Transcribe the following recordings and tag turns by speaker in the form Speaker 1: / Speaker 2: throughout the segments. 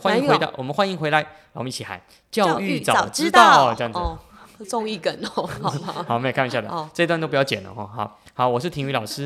Speaker 1: 欢迎回
Speaker 2: 哪
Speaker 1: 到，我们欢迎回来，我们一起喊
Speaker 2: 教
Speaker 1: 育
Speaker 2: 早
Speaker 1: 知这样子。
Speaker 2: 哦，综艺梗哦，好不 好？
Speaker 1: 好，没有开玩笑的，
Speaker 2: 哦
Speaker 1: 这一段都不要剪了哦。好，好，我是婷宇老 师，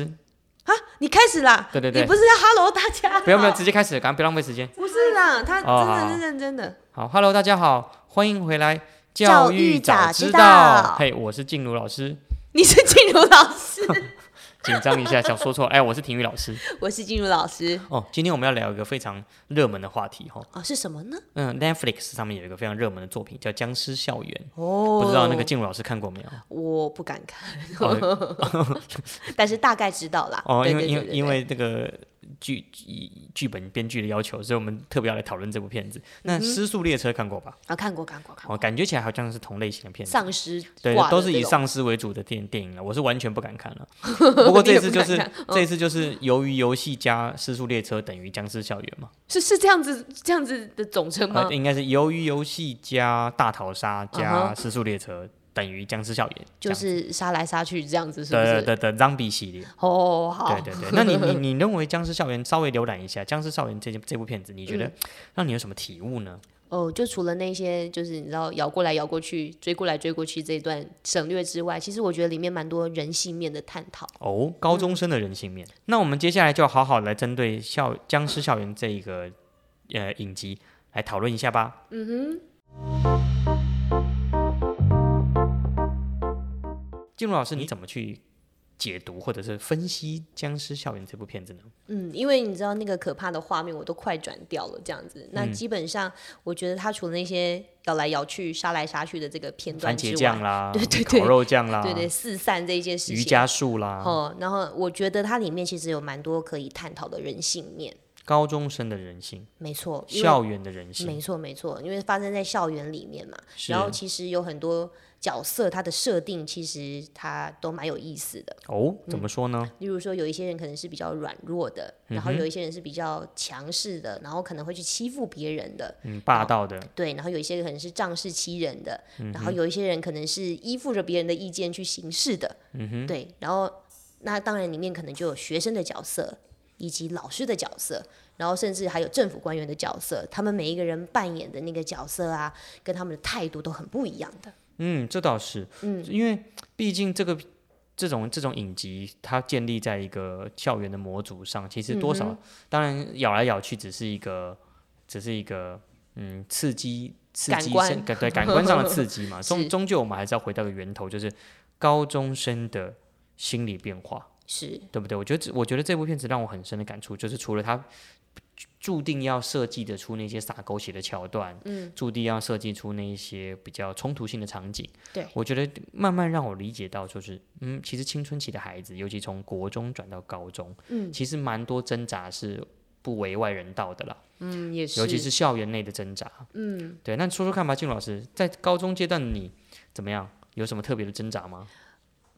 Speaker 2: 啊，你开始啦！
Speaker 1: 对对对
Speaker 2: 你不是要 hello 大家？哦
Speaker 1: 不要不要，，直接开始，赶快别浪费时间。
Speaker 2: 不是啦，他
Speaker 1: 哦好好
Speaker 2: 真的是认真的。
Speaker 1: 好，Hello，大家好，欢迎回来。
Speaker 2: 教育
Speaker 1: 育
Speaker 2: 早
Speaker 1: 早
Speaker 2: 知
Speaker 1: 知
Speaker 2: 道
Speaker 1: 嘿，我是静茹老师，
Speaker 2: 你是静茹老师，
Speaker 1: 紧张一下，想说错，哎，我是体育老师。
Speaker 2: 我是静茹老师。
Speaker 1: 哦，今天我们要聊一个非常热门的话题哈、哦，
Speaker 2: 哦，是什么呢？
Speaker 1: 嗯，Netflix 上面有一个非常热门的作品叫《僵尸校园》，
Speaker 2: 哦，
Speaker 1: 不知道那个静茹老师看过没有？
Speaker 2: 我不敢看，
Speaker 1: 哦，
Speaker 2: 但是大概知道啦。
Speaker 1: 哦
Speaker 2: 对
Speaker 1: 因为
Speaker 2: 对
Speaker 1: 因
Speaker 2: 对
Speaker 1: 为
Speaker 2: 对
Speaker 1: 因为这个剧剧剧本编剧的要求，所以我们特别要来讨论这部片子。那《失速列车》看过吧？
Speaker 2: 啊，看过看过看过，
Speaker 1: 哦，感觉起来好像是同类型的片子。
Speaker 2: 丧尸
Speaker 1: 对
Speaker 2: 挂，的
Speaker 1: 都是
Speaker 2: 这
Speaker 1: 以
Speaker 2: 种
Speaker 1: 丧尸为主的电电影了，我是完全不敢看了。不过这次就
Speaker 2: 你
Speaker 1: 是
Speaker 2: 也不敢看
Speaker 1: 这次就是由于游戏加《失速列车》等于《僵尸校园》嘛，
Speaker 2: 是是这样子这样子的总称吗
Speaker 1: 呃，？应该是鱿鱼游戏加大逃杀
Speaker 2: 嗯
Speaker 1: 加失速列车等于僵尸校园，
Speaker 2: 就
Speaker 1: 这样
Speaker 2: 是杀来杀去这样子，是不
Speaker 1: 对
Speaker 2: 是？
Speaker 1: 对对对 zombie 系列。
Speaker 2: 哦，好
Speaker 1: 对，对对，那你你你认为《僵尸校园》稍微浏览一下《僵尸校园》这这部片子，你觉得让你有什么体悟呢？
Speaker 2: 哦，就除了那些就是你知道摇过来摇过去、追过来追过去这一段省略之外，其实我觉得里面蛮多人性面的探讨。
Speaker 1: 哦，高中生的人性面。嗯那我们接下来就好好来针对校《僵尸校园》这一个呃影集来讨论一下吧。
Speaker 2: 嗯
Speaker 1: 静茹老师，你怎么去解读或者是分析《僵尸校园》这部片子呢？
Speaker 2: 哼，嗯，因为你知道那个可怕的画面，我都快转掉了这样子。
Speaker 1: 嗯
Speaker 2: 那基本上，我觉得他除了那些摇来摇去、杀来杀去的这个片段
Speaker 1: 番茄
Speaker 2: 之
Speaker 1: 酱
Speaker 2: 外，
Speaker 1: 啦，
Speaker 2: 对对 对
Speaker 1: 烤肉酱啦，
Speaker 2: 对对，四散这一件事情，
Speaker 1: 瑜伽术啦，
Speaker 2: 哦，然后我觉得它里面其实有蛮多可以探讨的人性面，
Speaker 1: 高中生的人性，
Speaker 2: 没错，因为
Speaker 1: 校园的人性，
Speaker 2: 没错，没错，因为发生在校园里面嘛，
Speaker 1: 是
Speaker 2: 然后其实有很多角色，它的设定其实它都蛮有意思的。
Speaker 1: 哦，怎么说呢？
Speaker 2: 例如说，有一些人可能是比较软弱的，然后有一些人是比较强势的，然后可能会去欺负别人的，
Speaker 1: 嗯，霸道的，
Speaker 2: 对，然后有一些可能是仗势欺人的，
Speaker 1: 嗯
Speaker 2: 然后有一些人可能是依附着别人的意见去行事的，
Speaker 1: 嗯
Speaker 2: 对，然后那当然里面可能就有学生的角色，以及老师的角色，然后甚至还有政府官员的角色，他们每一个人扮演的那个角色啊，跟他们的态度都很不一样的，
Speaker 1: 嗯，这倒是，嗯，因为毕竟这个这种这种影集，它建立在一个校园的模组上，其实多少，
Speaker 2: 嗯
Speaker 1: 当然咬来咬去只是一个，只是一个，嗯，刺激刺
Speaker 2: 感
Speaker 1: 激
Speaker 2: 官
Speaker 1: 身感对感官上的刺激 嘛，终
Speaker 2: 是
Speaker 1: 终究我们还是要回到个源头，就是高中生的心理变化。
Speaker 2: 是
Speaker 1: 对不对？我觉得这，我觉得这部片子让我很深的感触，就是除了它注定要设计得出那些撒狗血的桥段，嗯，注定要设计出那一些比较冲突性的场景，
Speaker 2: 对
Speaker 1: 我觉得慢慢让我理解到，就是嗯，其实青春期的孩子，尤其从国中转到高中，嗯，其实蛮多挣扎是不为外人道的啦，
Speaker 2: 嗯，也
Speaker 1: 尤其是校园内的挣扎，嗯，对。那说说看吧，静茹老师，在高中阶段的你怎么样？有什么特别的挣扎吗？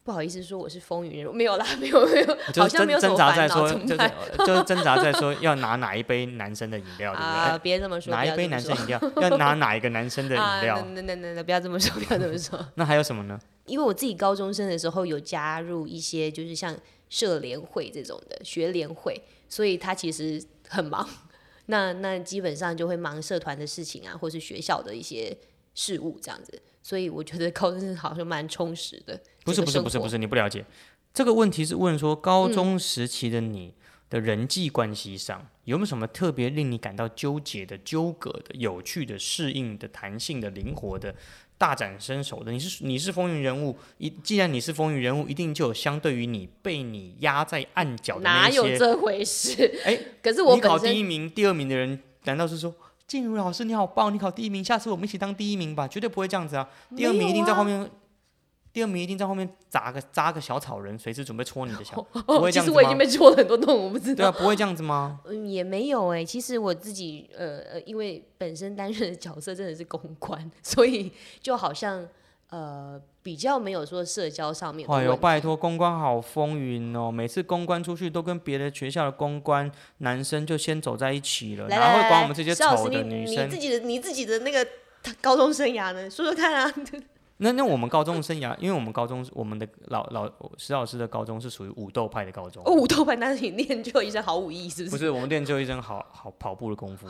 Speaker 2: 不好意思说我是风云人物，没有啦，没有没 有，
Speaker 1: 就
Speaker 2: 好
Speaker 1: 是
Speaker 2: 像
Speaker 1: 挣
Speaker 2: 没有什
Speaker 1: 挣
Speaker 2: 么
Speaker 1: 扎在
Speaker 2: 烦恼，
Speaker 1: 说，
Speaker 2: 怎
Speaker 1: 就
Speaker 2: 么
Speaker 1: 是
Speaker 2: 办？
Speaker 1: 就是挣扎在说要拿哪一杯男生的饮料，对不对？
Speaker 2: 啊，别这么说，
Speaker 1: 拿
Speaker 2: 不
Speaker 1: 一
Speaker 2: 要
Speaker 1: 杯
Speaker 2: 这么
Speaker 1: 男生
Speaker 2: 说
Speaker 1: 饮 料，要拿哪一个男生的
Speaker 2: 啊
Speaker 1: 饮料？
Speaker 2: 那那那那不要这么说，不要这么说。
Speaker 1: 那还有什么呢？
Speaker 2: 因为我自己高中生的时候有加入一些就是像社联会这种的学联会，所以他其实很忙。那那基本上就会忙社团的事情啊，或是学校的一些事务这样子。所以我觉得高中生好像蛮充实的。
Speaker 1: 不是不
Speaker 2: 整个
Speaker 1: 是
Speaker 2: 生
Speaker 1: 不是
Speaker 2: 活嗯
Speaker 1: 不是，你不了解这个问题是问说高中时期的你的人际关系上、有没有什么特别令你感到纠结的、纠葛的、有趣的、适应的、弹性的、灵活的、大展身手的？你是你是风云人物，一既然你是风云人物，一定就有相对于你被你压在暗角的那
Speaker 2: 哪
Speaker 1: 一
Speaker 2: 有
Speaker 1: 些
Speaker 2: 这回事？
Speaker 1: 哎
Speaker 2: 可是我
Speaker 1: 你考
Speaker 2: 本
Speaker 1: 第
Speaker 2: 身
Speaker 1: 一名、第二名的人，难道是说静茹老师你好棒，你考第一名，下次我们一起当第一名吧？绝对不会这样子啊！第二
Speaker 2: 没
Speaker 1: 名一
Speaker 2: 有
Speaker 1: 定在
Speaker 2: 啊
Speaker 1: 后面，第二名一定在后面砸个扎个小草人，随时准备戳你的小，不会这
Speaker 2: 哦其
Speaker 1: 样
Speaker 2: 实
Speaker 1: 子
Speaker 2: 我已经
Speaker 1: 吗？
Speaker 2: 被戳了很多洞，我不知
Speaker 1: 对
Speaker 2: 道。
Speaker 1: 啊，不会这样子吗？
Speaker 2: 嗯，也没有哎、其实我自己呃呃，因为本身担任的角色真的是公关， 所以就好像呃比较没有说社交上面的
Speaker 1: 哎
Speaker 2: 问
Speaker 1: 呦，
Speaker 2: 题。
Speaker 1: 拜托，公关好风云哦！每次公关出去都跟别的学校的公关男生就先走在一起了，
Speaker 2: 来
Speaker 1: 哪
Speaker 2: 来
Speaker 1: 会
Speaker 2: 来
Speaker 1: 管我
Speaker 2: 来
Speaker 1: 们这些
Speaker 2: 石老师
Speaker 1: 丑的
Speaker 2: 你
Speaker 1: 女
Speaker 2: 你
Speaker 1: 生
Speaker 2: 自？己的你自己的那个高中生涯呢？说说看啊，
Speaker 1: 那那我们高中生涯，因为我们高中我们的老老石老师的高中是属于武斗派的高中，
Speaker 2: 哦，武斗班，那你练就一身好武艺，是不
Speaker 1: 不
Speaker 2: 是？
Speaker 1: 是我们练就一身好好跑步的功 夫，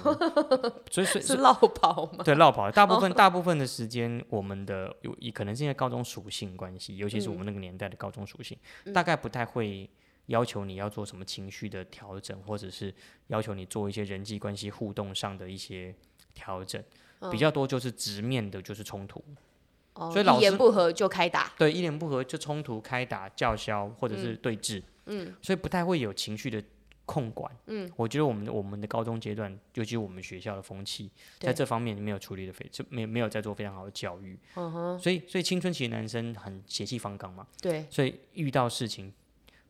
Speaker 1: 所以所以
Speaker 2: 是绕跑吗？哦
Speaker 1: 对，绕 跑。大部分、大部分的时间，我们的有也可能是因为高中属性关系，尤其是我们那个年代的高中属性，
Speaker 2: 嗯
Speaker 1: 大概不太会要求你要做什么情绪的调整，或者是要求你做一些人际关系互动上的一些调整，
Speaker 2: 嗯
Speaker 1: 比较多就是直面的，就是冲突。
Speaker 2: 哦，
Speaker 1: 所以老师
Speaker 2: 一言不合就开打，
Speaker 1: 对，一言不合就冲突、开打、叫嚣，或者是对峙。嗯，所以不太会有情绪的控管。嗯，我觉得我们的我们的高中阶段，尤其是我们学校的风气，在
Speaker 2: 对
Speaker 1: 这方面没有处理的非，就没有没有在做非常好的教育。
Speaker 2: 嗯
Speaker 1: 所以所以青春期的男生很血气方刚嘛，
Speaker 2: 对，
Speaker 1: 所以遇到事情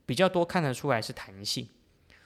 Speaker 1: 比较多看得出来是弹性。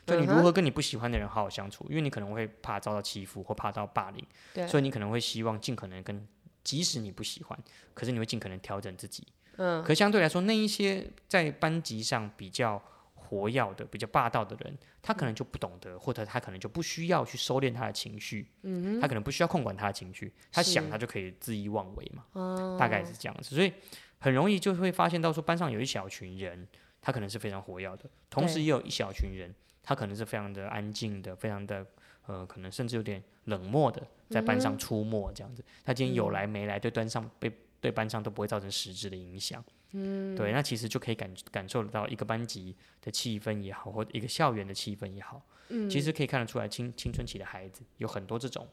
Speaker 1: 就你
Speaker 2: 嗯
Speaker 1: 如
Speaker 2: 哼
Speaker 1: 何跟你不喜欢的人好好相处，因为你可能会怕遭到欺负或怕到霸凌，
Speaker 2: 对
Speaker 1: 所以你可能会希望尽可能跟，即使你不喜欢，可是你会尽可能调整自己，
Speaker 2: 嗯，
Speaker 1: 可相对来说，那一些在班级上比较活跃的、比较霸道的人，他可能就不懂得，或者他可能就不需要去收敛他的情绪，嗯、他可能不需要控管他的情绪，他想
Speaker 2: 是哦
Speaker 1: 他就可以恣意妄为嘛，大概是这样子，所以很容易就会发现到说班上有一小群人，他可能是非常活跃的，同时
Speaker 2: 对
Speaker 1: 也有一小群人，他可能是非常的安静的，非常的呃，可能甚至有点冷漠的，在班上出没这样子。他今天有来没来，对班上被对班上都不会造成实质的影响。嗯，对，那其实就可以感感受得到一个班级的气氛也好，或者一个校园的气氛也好，嗯，其实可以看得出来青青春期的孩子有很多这种，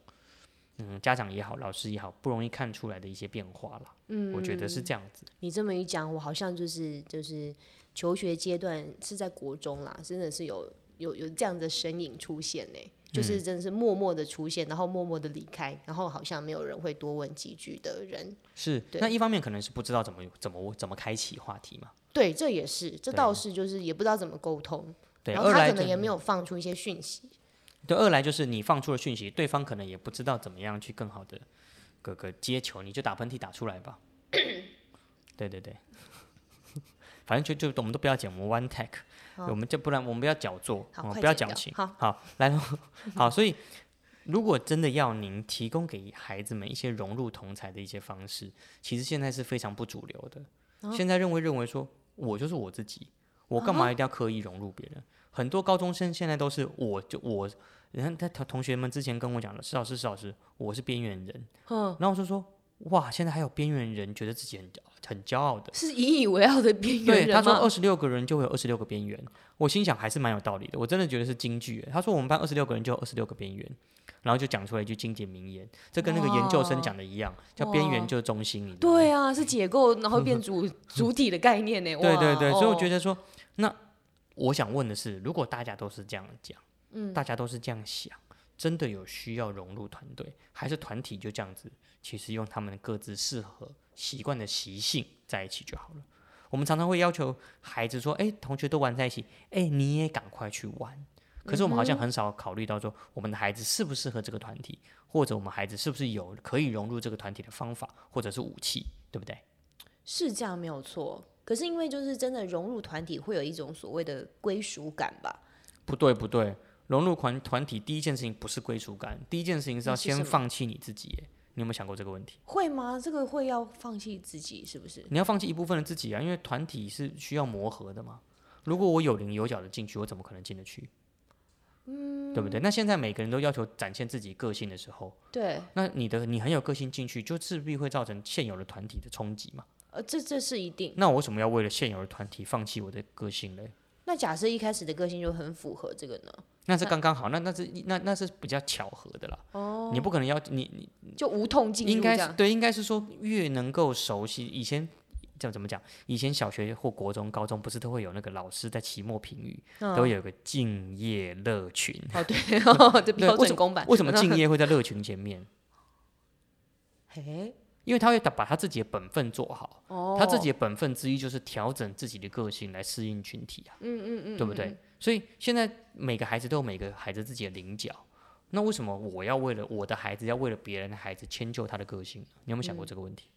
Speaker 1: 嗯，家长也好，老师也好，不容易看出来的一些变化啦。嗯，我觉得是这样子。
Speaker 2: 你这么一讲，我好像就是就是求学阶段是在国中啦，真的是有有有这样的身影出现呢、
Speaker 1: 嗯
Speaker 2: 就是真的是默默的出现，然后默默的离开，然后好像没有人会多问几句的人。
Speaker 1: 是，
Speaker 2: 对
Speaker 1: 那一方面可能是不知道怎么怎么怎么开启话题嘛，
Speaker 2: 对，这也是，这
Speaker 1: 对
Speaker 2: 倒是就是也不知道怎么沟通，
Speaker 1: 对，
Speaker 2: 然后
Speaker 1: 二
Speaker 2: 他
Speaker 1: 来
Speaker 2: 可
Speaker 1: 就
Speaker 2: 能也没有放出一些讯息。
Speaker 1: 对，二来就是你放出了讯息，对方可能也不知道怎么样去更好的个个接球，你就打喷嚏打出来 吧。对对对， 反正就就我们都不要讲，我们 one take，我们就不然我们不要矫作，
Speaker 2: 好
Speaker 1: 我们
Speaker 2: 快
Speaker 1: 哦不要
Speaker 2: 剪
Speaker 1: 矫
Speaker 2: 掉
Speaker 1: 情。
Speaker 2: 好，
Speaker 1: 来喽， 好，所以如果真的要您提供给孩子们一些融入同才的一些方式，其实现在是非常不主流的。现在认为认为说我就是我自己，我干嘛一定要刻意融入别人？很多高中生现在都是我就我，然后他同同学们之前跟我讲了，石老师石老师，我是边缘人，
Speaker 2: 哦
Speaker 1: 嗯，然后我就说哇，现在还有边缘人觉得自己很很骄傲的。
Speaker 2: 是引以为傲的边缘
Speaker 1: 对，
Speaker 2: 人
Speaker 1: 他说哦
Speaker 2: 吗
Speaker 1: 二十六个人就会有二十六个边缘，我心想还是蛮有道理的，我真的觉得是京剧耶。他说我们班二十六个人就有二十六个边缘，然后就讲出来一句经典名言，这跟那个研究生讲的一样，叫边缘
Speaker 2: 哦哇
Speaker 1: 就是中心，你知道吗
Speaker 2: 对啊，是解构然后变 主主体的概念呢、哦
Speaker 1: 对对对，所以我觉
Speaker 2: 得
Speaker 1: 得说，那我想问的是，如果大家都是这样讲，嗯，大家都是这样想，真的有需要融入团队，还是团体就这样子？其实用他们各自适合习惯的习性在一起就好了。我们常常会要求孩子说：“哎、同学都玩在一起，哎、你也赶快去玩。”可是我们好像很少考虑到说，我们的孩子适不适合这个团体，或者我们孩子是不是有可以融入这个团体的方法，或者是武器，对不对？
Speaker 2: 是这样没有错。可是因为就是真的融入团体，会有一种所谓的归属感吧？
Speaker 1: 不对不对，融入团团体第一件事情不是归属感，第一件事情是要
Speaker 2: 那是什
Speaker 1: 先
Speaker 2: 么
Speaker 1: 放弃你自己耶。你有没有想过这个问题？
Speaker 2: 会吗？这个会要放弃自己是不是？
Speaker 1: 你要放弃一部分的自己啊，因为团体是需要磨合的嘛。如果我有棱有角的进去，我怎么可能进得去？嗯，对不对？那现在每个人都要求展现自己个性的时候，
Speaker 2: 对，
Speaker 1: 那你的你很有个性进去，就势必会造成现有的团体的冲击嘛。
Speaker 2: 呃，这这是一定。
Speaker 1: 那我为什么要为了现有的团体放弃我的个性嘞？
Speaker 2: 那假设一开始的个性就很符合这个呢，
Speaker 1: 那是刚刚好，那那是那那是比较巧合的啦。哦，你不可能要你你
Speaker 2: 就无痛进
Speaker 1: 应
Speaker 2: 入这
Speaker 1: 该是
Speaker 2: 样。
Speaker 1: 对，应该是说越能够熟悉以前。叫怎么讲？以前小学或国中、高中不是都会有那个老师在期末评语，
Speaker 2: 嗯
Speaker 1: 都会有个敬业乐群。
Speaker 2: 哦，对，哦，这标
Speaker 1: 为什
Speaker 2: 准公版。嗯
Speaker 1: 为什么敬业会在乐群前 面？
Speaker 2: 嘿，
Speaker 1: 因为他会把他自己的本分做好，
Speaker 2: 哦，
Speaker 1: 他自己的本分之一就是调整自己的个性来适应群体啊，
Speaker 2: 嗯，嗯嗯嗯，
Speaker 1: 对不对？所以现在每个孩子都有每个孩子自己的棱角，那为什么我要为了我的孩子，要为了别人的孩子迁就他的个性呢？你有没有想过这个问题？嗯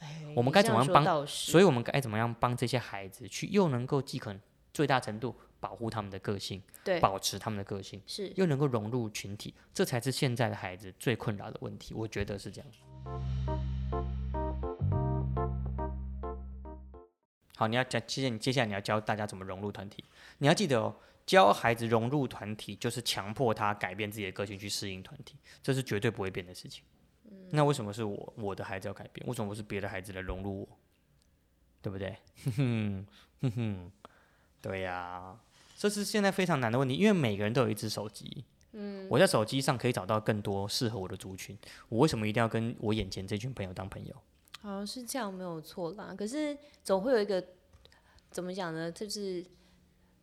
Speaker 2: 哎？
Speaker 1: 我们该怎么样帮
Speaker 2: 所
Speaker 1: 所以我们该怎么样帮这些孩子去，又能够既可能最大程度保护他们的个性，
Speaker 2: 对
Speaker 1: 保持他们的个性，
Speaker 2: 是
Speaker 1: 又能够融入群体，这才是现在的孩子最困扰的问题。我觉得是这样。好，你要讲，接你接下来你要教大家怎么融入团体，你要记得哦，教孩子融入团体就是强迫他改变自己的个性去适应团体，这是绝对不会变的事情。那为什么是我我的孩子要改变？为什么是别的孩子来融入我？对不对？ 哼哼哼哼，对呀、这是现在非常难的问题，因为每个人都有一只手机。嗯，我在手机上可以找到更多适合我的族群。我为什么一定要跟我眼前这群朋友当朋友？
Speaker 2: 好像是这样没有错啦。可是总会有一个怎么讲呢？就是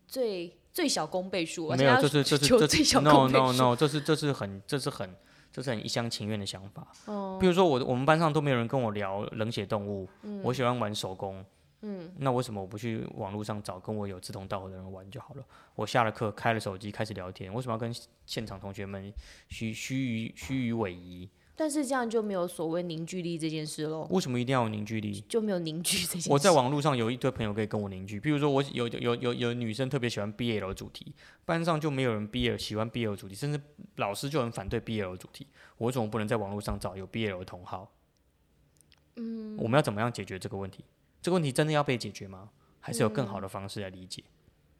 Speaker 2: 最最小公倍数，啊而
Speaker 1: 没
Speaker 2: 且
Speaker 1: 有，
Speaker 2: 要
Speaker 1: 这是这是
Speaker 2: 求
Speaker 1: 这
Speaker 2: 最
Speaker 1: 是
Speaker 2: 小
Speaker 1: no
Speaker 2: 公倍
Speaker 1: no
Speaker 2: 数。
Speaker 1: no，这是这是很这是很这是很一厢情愿的想法。哦，比如说我我们班上都没有人跟我聊冷血动物，我喜欢玩手工，嗯，那为什么我不去网络上找跟我有志同道合的人玩就好了？我下了课开了手机开始聊天，为什么要跟现场同学们虚虚与虚与委蛇？
Speaker 2: 但是这样就没有所谓凝聚力这件事喽，
Speaker 1: 为什么一定要有凝聚力？
Speaker 2: 就没有凝聚这件事。
Speaker 1: 我在网络上有一堆朋友可以跟我凝聚，比如说我有有有有女生特别喜欢 BL 主题，班上就没有人 BL 喜欢 BL 主题，甚至老师就很反对 BL 主题。我总不能在网络上找有 BL 的同好。嗯，我们要怎么样解决这个问题？这个问题真的要被解决吗？还是有更好的方式来理解，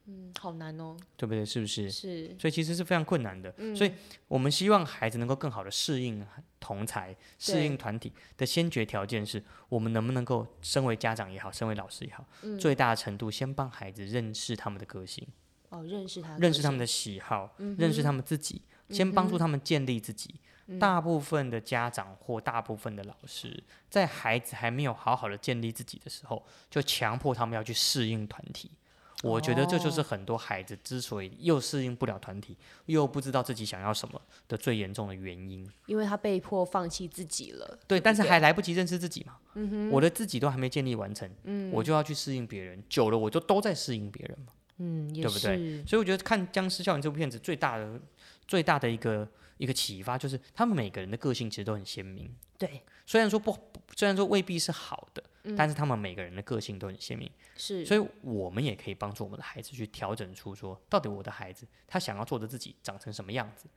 Speaker 2: 嗯，好难哦，
Speaker 1: 对不对？是不是？
Speaker 2: 是
Speaker 1: 所以其实是非常困难的。所以我们希望孩子能够更好的适应同才、适应团体的先决条件是，我们能不能够身为家长也好，身为老师也好，最大的程度先帮孩子认识他们的个性，
Speaker 2: 哦，认识他的个性，
Speaker 1: 认识他们的喜好，认识他们自己，先帮助他们建立自己。大部分的家长或大部分的老师，在孩子还没有好好的建立自己的时候，就强迫他们要去适应团体。我觉得这就是很多孩子之所以又适应不了团体，又不知道自己想要什么的最严重的原因。
Speaker 2: 因为他被迫放弃自己了。
Speaker 1: 对，
Speaker 2: 不
Speaker 1: 但是还来不及认识自己嘛。我的自己都还没建立完成，我就要去适应别人，久了我就都在适应别人嘛。
Speaker 2: 嗯，也
Speaker 1: 对不对
Speaker 2: 是
Speaker 1: 所以我觉得看《僵尸校园》这部片子最大的最大的一个一个启发，就是他们每个人的个性其实都很鲜明，
Speaker 2: 对，
Speaker 1: 虽然说不虽然说未必是好的，但是他们每个人的个性都很鲜明，
Speaker 2: 是
Speaker 1: 所以我们也可以帮助我们的孩子去调整出说，到底我的孩子他想要做的自己长成什么样子，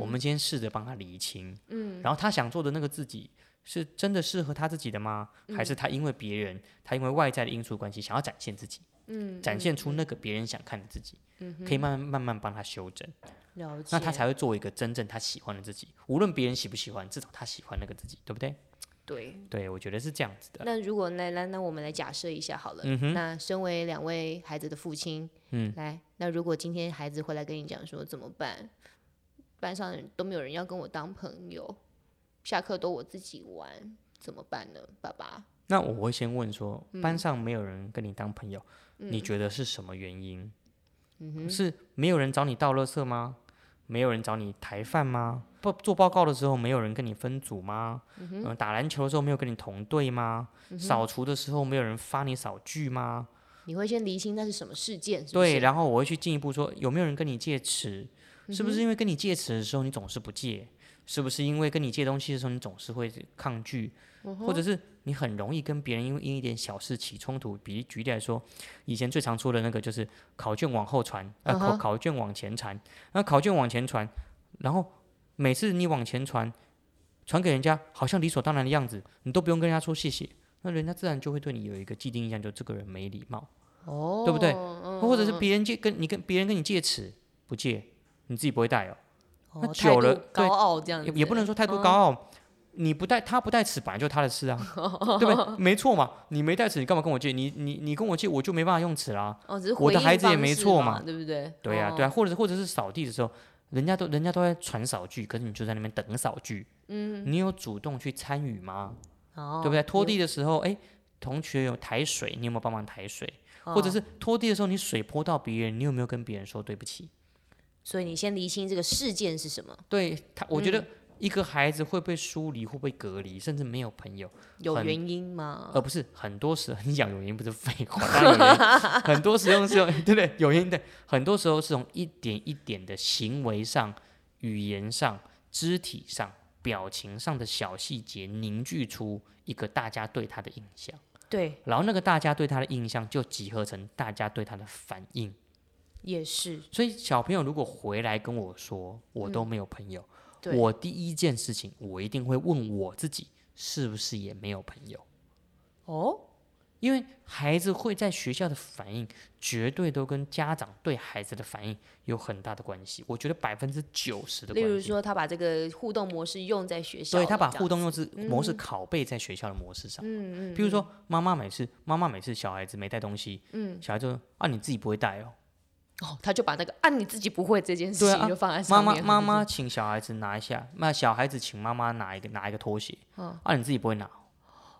Speaker 1: 我们先试着帮他理清，嗯，然后他想做的那个自己。是真的适合他自己的吗？还是他因为别人，他因为外在的因素关系，想要展现自己，嗯，展现出那个别人想看的自己，可以慢慢慢慢帮他修正，
Speaker 2: 了解。
Speaker 1: 那他才会做一个真正他喜欢的自己。无论别人喜不喜欢，至少他喜欢那个自己，对不对？
Speaker 2: 对。
Speaker 1: 对，嗯我觉得是这样子的。
Speaker 2: 那如果那那那我们来假设一下好了，那身为两位孩子的父亲，嗯，来，那如果今天孩子回来跟你讲说怎么办，班上人都没有人要跟我当朋友，下课都我自己玩，怎么办呢？爸爸，
Speaker 1: 那我会先问说，班上没有人跟你当朋友，你觉得是什么原因？是没有人找你倒垃圾吗？没有人找你抬饭吗？报做报告的时候没有人跟你分组吗？嗯、打篮球的时候没有跟你同队吗？扫除的时候没有人发你扫具吗？
Speaker 2: 你会先厘清那是什么事件？是不
Speaker 1: 对，
Speaker 2: 是，
Speaker 1: 然后我会去进一步说，有没有人跟你借尺？是
Speaker 2: 嗯
Speaker 1: 不是因为跟你借尺的时候你总是不借？是不是因为跟你借东西的时候你总是会抗拒？
Speaker 2: 嗯
Speaker 1: 或者是你很容易跟别人因为因为一点小事起冲突？比举例来说，以前最常说的那个就是考卷往后传，呃，
Speaker 2: 嗯
Speaker 1: 考
Speaker 2: 哼
Speaker 1: 考卷往前传，那考卷往前传，然后每次你往前传，传给人家好像理所当然的样子，你都不用跟人家说谢谢，那人家自然就会对你有一个既定印象，就这个人没礼貌。
Speaker 2: 哦，
Speaker 1: 对不对
Speaker 2: 嗯
Speaker 1: 或者是别人借跟你跟别人跟你借尺不借，你自己不会带哦，那
Speaker 2: 哦
Speaker 1: 久
Speaker 2: 态度
Speaker 1: 了对
Speaker 2: 高傲这样子
Speaker 1: 也也不能说态
Speaker 2: 嗯
Speaker 1: 度高傲。你不带他不带尺，本来就他的事 啊，对不对？没错嘛，你没带尺，你干嘛跟我借？你你你跟我借，我就没办法用尺啦。
Speaker 2: 哦，只是
Speaker 1: 我的
Speaker 2: 回应
Speaker 1: 孩子也
Speaker 2: 方
Speaker 1: 没
Speaker 2: 式
Speaker 1: 错
Speaker 2: 嘛，
Speaker 1: 嘛
Speaker 2: 对不对？
Speaker 1: 对呀、
Speaker 2: 哦
Speaker 1: 对啊，或者是或者是扫地的时候，人家都人家都在传扫具，可是你就在那边等扫具。嗯，你有主动去参与吗？
Speaker 2: 哦，
Speaker 1: 对不对？拖
Speaker 2: 有
Speaker 1: 地的时候，哎，同学有抬水，你有没有帮忙抬水？
Speaker 2: 哦
Speaker 1: 或者是拖地的时候，你水泼到别人，你有没有跟别人说对不起？
Speaker 2: 所以你先厘清这个事件是什么，
Speaker 1: 对他，我觉得一个孩子会被疏离、会被隔离，甚至没有朋友，
Speaker 2: 有
Speaker 1: 很呃
Speaker 2: 原因吗？
Speaker 1: 而不是很多时候 你讲有原因不是废话，当然有原因，很多时候是用对不对？有原因的，很多时候是从一点一点的行为上、语言上、肢体上、表情上的小细节凝聚出一个大家对他的印象，
Speaker 2: 对，
Speaker 1: 然后那个大家对他的印象就集合成大家对他的反应。
Speaker 2: 也是
Speaker 1: 所以小朋友如果回来跟我说我都没有朋友，
Speaker 2: 嗯对
Speaker 1: 我第一件事情我一定会问我自己是不是也没有朋友，
Speaker 2: 哦，
Speaker 1: 因为孩子会在学校的反应，绝对都跟家长对孩子的反应有很大的关系。我觉得百分之九十的
Speaker 2: 例
Speaker 1: 关系。
Speaker 2: 如说，他把这个互动模式用在学校
Speaker 1: 所
Speaker 2: 了，
Speaker 1: 以他把
Speaker 2: 这样嗯
Speaker 1: 互动用是模式拷贝在学校的模式上。
Speaker 2: 嗯嗯，
Speaker 1: 譬如说，妈妈每次妈妈每次小孩子没带东西，嗯，小孩就说啊你自己不会带哦。
Speaker 2: 哦，他就把那个啊你自己不会这件事
Speaker 1: 对啊
Speaker 2: 情就放在
Speaker 1: 妈
Speaker 2: 上
Speaker 1: 妈
Speaker 2: 面。
Speaker 1: 妈妈请小孩子拿一下，那小孩子请妈妈拿一个拿一个拖鞋，
Speaker 2: 嗯
Speaker 1: 啊你自己不会拿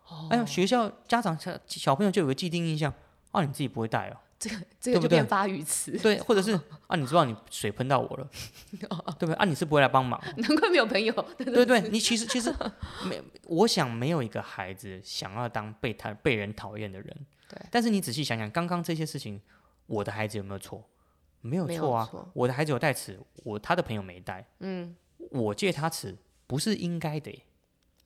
Speaker 1: 哦。哎呦，学校家长小小朋友就有个既定印象，啊你自己不会带哦。
Speaker 2: 这个
Speaker 1: 对不对
Speaker 2: 就变发语词，
Speaker 1: 对，或者是啊你知道你水喷到 我了，对不对？啊你是不会来帮忙哦。
Speaker 2: 难怪没有朋友。
Speaker 1: 对对，你其实其实没，我想没有一个孩子想要当被他被人讨厌的人。
Speaker 2: 对，
Speaker 1: 但是你仔细想想，刚刚这些事情，我的孩子有没有错？没有
Speaker 2: 没有
Speaker 1: 错啊，
Speaker 2: 错
Speaker 1: 我的孩子有带尺，我他的朋友没带，嗯，我借他尺不是应该的耶，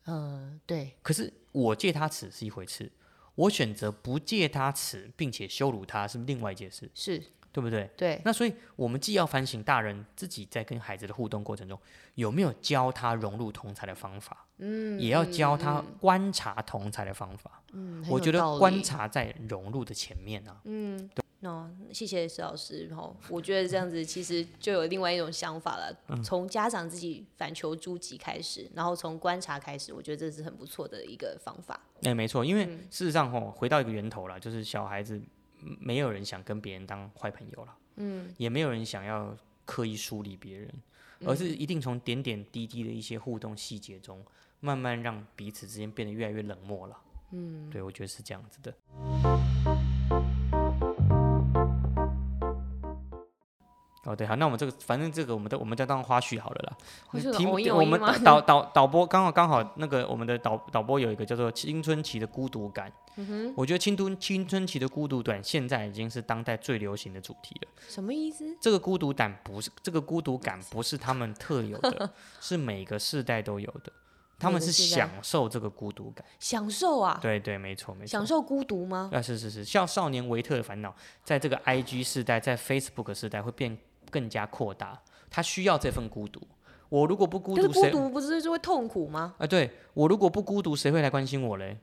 Speaker 2: 嗯，对，
Speaker 1: 可是我借他尺是一回事，我选择不借他尺，并且羞辱他是另外一件事，
Speaker 2: 是，
Speaker 1: 对不对？
Speaker 2: 对，
Speaker 1: 那所以，我们既要反省大人自己在跟孩子的互动过程中，有没有教他融入同才的方法，嗯，也要教他观察同才的方法。
Speaker 2: 嗯，很
Speaker 1: 我
Speaker 2: 有
Speaker 1: 觉
Speaker 2: 道
Speaker 1: 得
Speaker 2: 理
Speaker 1: 观察在融入的前面啊，
Speaker 2: 哦，谢谢石老师。然后我觉得这样子其实就有另外一种想法了，
Speaker 1: 嗯
Speaker 2: 从家长自己反求诸己开始，然后从观察开始，我觉得这是很不错的一个方法。
Speaker 1: 哎、没错，因为事实上吼，回到一个源头啦，就是小孩子嗯没有人想跟别人当坏朋友啦，嗯，也没有人想要刻意疏离别人，而是一定从点点滴滴的一些互动细节中，慢慢让彼此之间变得越来越冷漠了。嗯，对，我觉得是这样子的。哦，对，好，那我们这个反正这个我们都我们就当花絮好了啦。
Speaker 2: 花絮
Speaker 1: 题目
Speaker 2: 偶一
Speaker 1: 对
Speaker 2: 偶
Speaker 1: 我
Speaker 2: 一
Speaker 1: 们
Speaker 2: 吗
Speaker 1: 导导导导播刚好刚好那个我们的导导播有一个叫做青春期的孤独感。嗯、我觉得青春青春期的孤独感现在已经是当代最流行的主题了。
Speaker 2: 什么意思？
Speaker 1: 这个孤独感不是这个孤独感不是他们特有 的，是每个世代都有的。他
Speaker 2: 每
Speaker 1: 们
Speaker 2: 个
Speaker 1: 是
Speaker 2: 世代
Speaker 1: 享受这个孤独感。
Speaker 2: 享受啊，
Speaker 1: 对对，没错没错
Speaker 2: 享。受孤独吗？
Speaker 1: 啊，是是是，像少年维特的烦恼，在这个 IG 世代，在 Facebook 世代会变更加扩大，他需要这份孤独。我如果不孤
Speaker 2: 但
Speaker 1: 独，
Speaker 2: 是孤
Speaker 1: 谁
Speaker 2: 独不是就会痛苦吗？
Speaker 1: 啊？对我如果不孤独，谁会来关心我嘞？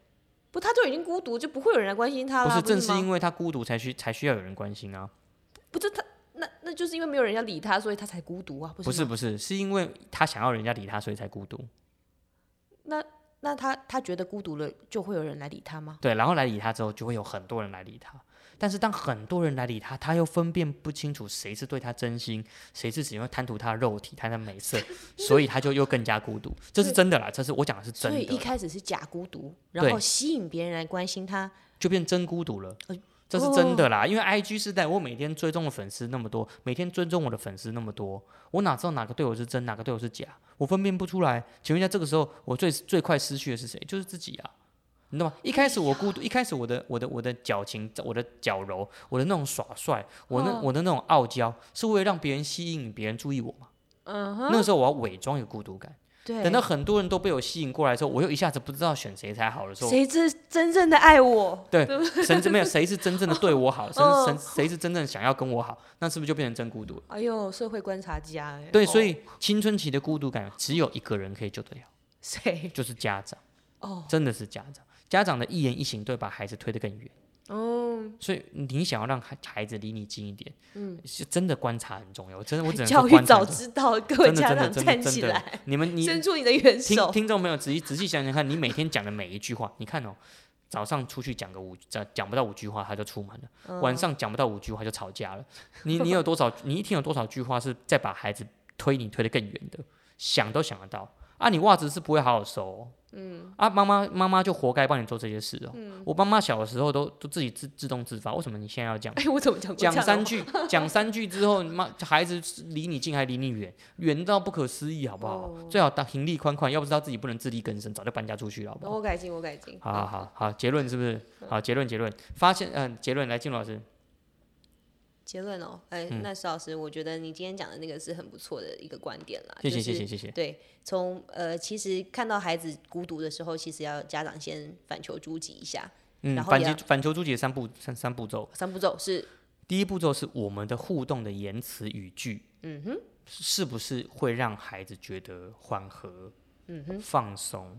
Speaker 2: 不，他就已经孤独，就不会有人来关心他
Speaker 1: 不
Speaker 2: 啦。
Speaker 1: 是，正
Speaker 2: 吗
Speaker 1: 是因为他孤独，才需才需要有人关心啊。
Speaker 2: 不是他，那那就是因为没有人要理他，所以他才孤独啊，不是
Speaker 1: 不
Speaker 2: 吗？
Speaker 1: 是不是，是因为他想要人家理他，所以才孤独。
Speaker 2: 那那他他觉得孤独了，就会有人来理他吗？
Speaker 1: 对，然后来理他之后，就会有很多人来理他。但是当很多人来理他，他又分辨不清楚谁是对他真心，谁是只因为贪图他的肉体、贪他美色，所以他就又更加孤独。这是真的啦，这是我讲的是
Speaker 2: 所
Speaker 1: 真
Speaker 2: 以一
Speaker 1: 的，
Speaker 2: 开始是假孤独，
Speaker 1: 对
Speaker 2: 然后吸引别人来关心他，
Speaker 1: 就变真孤独了。
Speaker 2: 哎
Speaker 1: 这是真的啦，
Speaker 2: 哦
Speaker 1: 因为 I G 时代，我每天追踪的粉丝那么多，每天追踪我的粉丝那么多，我哪知道哪个对我是真，哪个对我是假？我分辨不出来。请问一下，这个时候我最最快失去的是谁？就是自己啊，你懂吗？一开始我孤独，一开始我的我的我的矫情，我的矫揉，我的那种耍帅，我那、
Speaker 2: 哦
Speaker 1: 我的那种傲娇，是为了让别人吸引别人注意我嘛？
Speaker 2: 嗯
Speaker 1: 那个时候我要伪装一个孤独感，
Speaker 2: 对，
Speaker 1: 等到很多人都被我吸引过来的时候，我又一下子不知道选谁才好的时候，
Speaker 2: 谁是真正的爱我？
Speaker 1: 对，谁真没有谁是真正的对我好，谁
Speaker 2: 哦
Speaker 1: 是谁谁是真正想要跟我好，那是不是就变成真孤独了？
Speaker 2: 哎呦，社会观察家哎、
Speaker 1: 对，
Speaker 2: 哦
Speaker 1: 所以青春期的孤独感只有一个人可以救得了，
Speaker 2: 谁？
Speaker 1: 就是家长，
Speaker 2: 哦，
Speaker 1: 真的是家长。家长的一言一行都会把孩子推得更远，
Speaker 2: 嗯，
Speaker 1: 所以你想要让孩孩子离你近一点，嗯，是真的观察很重要。真的，我只能说
Speaker 2: 教育
Speaker 1: 观察
Speaker 2: 早
Speaker 1: 很重要
Speaker 2: 知道，各位
Speaker 1: 真的
Speaker 2: 家
Speaker 1: 真的
Speaker 2: 长
Speaker 1: 真的
Speaker 2: 站
Speaker 1: 真
Speaker 2: 起
Speaker 1: 的
Speaker 2: 来，，
Speaker 1: 你们你
Speaker 2: 伸出你的援
Speaker 1: 听
Speaker 2: 手。
Speaker 1: 听众朋友仔细仔细想想看，你每天讲的每一句话，你看哦，早上出去讲个五讲讲不到五句话，他就出门了；
Speaker 2: 嗯
Speaker 1: 晚上讲不到五句话就吵架了。你你有多少？ 你一天有多少句话是再把孩子推你推得更远的？想都想得到啊！你袜子是不会好好收、哦，嗯啊，妈妈妈妈就活该帮你做这些事哦。我妈妈小的时候都都自己自自动自发，为什么你现在要 这样？
Speaker 2: 哎，我怎么讲过这
Speaker 1: 讲
Speaker 2: 样的话
Speaker 1: 三句， 讲三句之后，妈孩子离你近还离你远，远到不可思议，好不好？最好当行李宽宽，要不知道自己不能自力更生，早就搬家出去了，好不好？
Speaker 2: 哦我改进，我改进。
Speaker 1: 好好好好，结论是不是？好，结论结论，发现嗯、结论来，静茹老师，
Speaker 2: 结论哦，哎，
Speaker 1: 嗯
Speaker 2: 那石老师，我觉得你今天讲的那个是很不错的一个观点啦。
Speaker 1: 谢谢
Speaker 2: 啊就是
Speaker 1: 谢谢谢谢，
Speaker 2: 对，从呃，其实看到孩子孤独的时候，其实要家长先反求诸己一下。
Speaker 1: 嗯，
Speaker 2: 然后
Speaker 1: 反
Speaker 2: 也要
Speaker 1: 求反求诸己的三步三三步骤，
Speaker 2: 三步骤是，
Speaker 1: 第一步骤是我们的互动的言辞语句，
Speaker 2: 嗯哼，
Speaker 1: 是不是会让孩子觉得缓和、
Speaker 2: 嗯哼。
Speaker 1: 放松、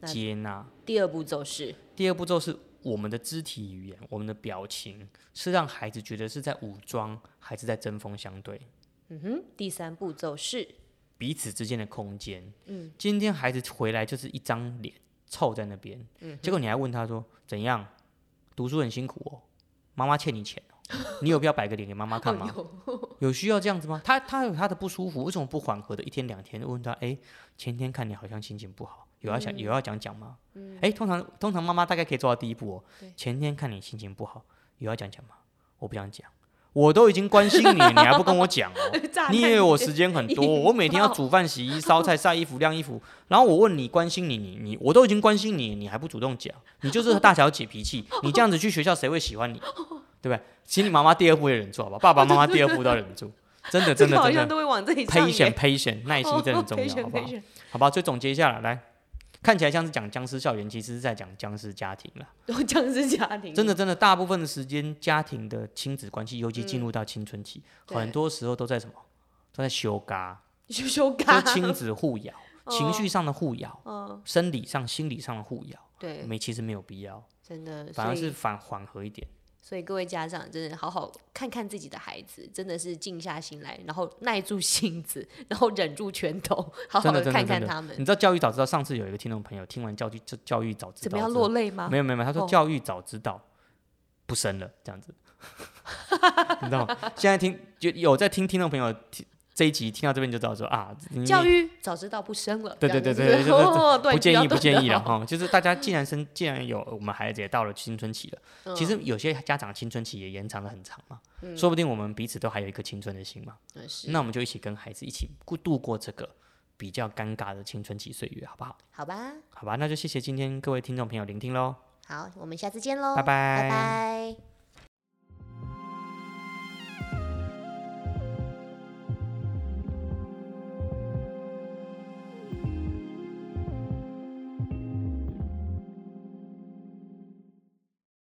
Speaker 2: 那
Speaker 1: 接纳？
Speaker 2: 第二步骤是，
Speaker 1: 第二步骤是我们的肢体语言、我们的表情，是让孩子觉得是在武装，还是在针锋相对？
Speaker 2: 嗯哼，第三步骤是
Speaker 1: 彼此之间的空间。嗯，今天孩子回来就是一张脸臭在那边，嗯，结果你还问他说怎样？读书很辛苦哦，妈妈欠你钱哦、 你有必要摆个脸给妈妈看吗？哦有 需要这样子吗？他他有他的不舒服，为什么不缓和的一天两天问他？哎、前天看你好像心情不好，有要想、有要讲讲吗？哎、通常通常妈妈大概可以做到第一步哦。前天看你心情不好，有要讲讲吗？我不想讲，我都已经关心你，你还不跟我讲 哦。
Speaker 2: 炸
Speaker 1: 你以
Speaker 2: 弹
Speaker 1: 为我
Speaker 2: 姐
Speaker 1: 时间很多，
Speaker 2: 引
Speaker 1: 我每天要
Speaker 2: 爆
Speaker 1: 煮饭、洗衣、烧菜、晒衣服、晾衣服，然后我问你关心你，你你我都已经关心你，你还不主动讲，你就是大小姐脾气，你这样子去学校谁会喜欢你？对不对？请你妈妈第二步也忍住，好吧？爸爸妈妈第二步都要忍住，真的
Speaker 2: 这
Speaker 1: 真
Speaker 2: 个
Speaker 1: 的
Speaker 2: 好
Speaker 1: 真
Speaker 2: 像
Speaker 1: 的
Speaker 2: 都会往这里上
Speaker 1: ，patient
Speaker 2: 耶哦
Speaker 1: patient 耐心真的很重要，好不好？
Speaker 2: patient，patient
Speaker 1: 好吧，所以总结一下啦来。看起来像是讲僵尸校园，其实是在讲僵尸家庭了。
Speaker 2: 都僵尸家庭，
Speaker 1: 真的，真的，大部分的时间，家庭的亲子关系，尤其进入到青春期，
Speaker 2: 嗯对
Speaker 1: 很多时候都在什么？都在修嘎。
Speaker 2: 羞羞嘎
Speaker 1: 就，亲子互 咬，
Speaker 2: 哦
Speaker 1: 情绪上的互咬，生理上、心理上的互咬，
Speaker 2: 嗯对，
Speaker 1: 没其实没有必要，
Speaker 2: 真的，
Speaker 1: 嗯反
Speaker 2: 所
Speaker 1: 而
Speaker 2: 以
Speaker 1: 是反缓和一点。
Speaker 2: 所以各位家长真的好好看看自己的孩子，真的是静下心来，然后耐住性子，然后忍住拳头，好好
Speaker 1: 真的
Speaker 2: 的
Speaker 1: 真的
Speaker 2: 看看
Speaker 1: 真的
Speaker 2: 他们
Speaker 1: 你。知道教育早知道，上次有一个听众朋友听完教育就教育早知
Speaker 2: 怎
Speaker 1: 道
Speaker 2: 么样
Speaker 1: 之后
Speaker 2: 落泪吗？
Speaker 1: 没有没有没有，他说
Speaker 2: 哦
Speaker 1: 教育早知道不生了这样子， 你知道吗？现在听就有在听听众朋友听这一集听到这边就知道说啊，你
Speaker 2: 教育早知道不生了，
Speaker 1: 对
Speaker 2: 这样
Speaker 1: 对
Speaker 2: 子
Speaker 1: 对对对对对
Speaker 2: 哦对
Speaker 1: 不建
Speaker 2: 要
Speaker 1: 议不
Speaker 2: 对
Speaker 1: 建议
Speaker 2: 的
Speaker 1: 了哈、就是大家既然生既然有我们孩子也到了青春期了，
Speaker 2: 嗯
Speaker 1: 其实有些家长青春期也延长的很长嘛，说不定我们彼此都还有一颗青春的心嘛，
Speaker 2: 对是
Speaker 1: 那我们就一起跟孩子一起过度过这个比较尴尬的青春期岁月，好不好？
Speaker 2: 好吧，
Speaker 1: 好吧，那就谢谢今天各位听众朋友聆听喽，
Speaker 2: 好，我们下次见喽，
Speaker 1: 拜
Speaker 2: 哦拜拜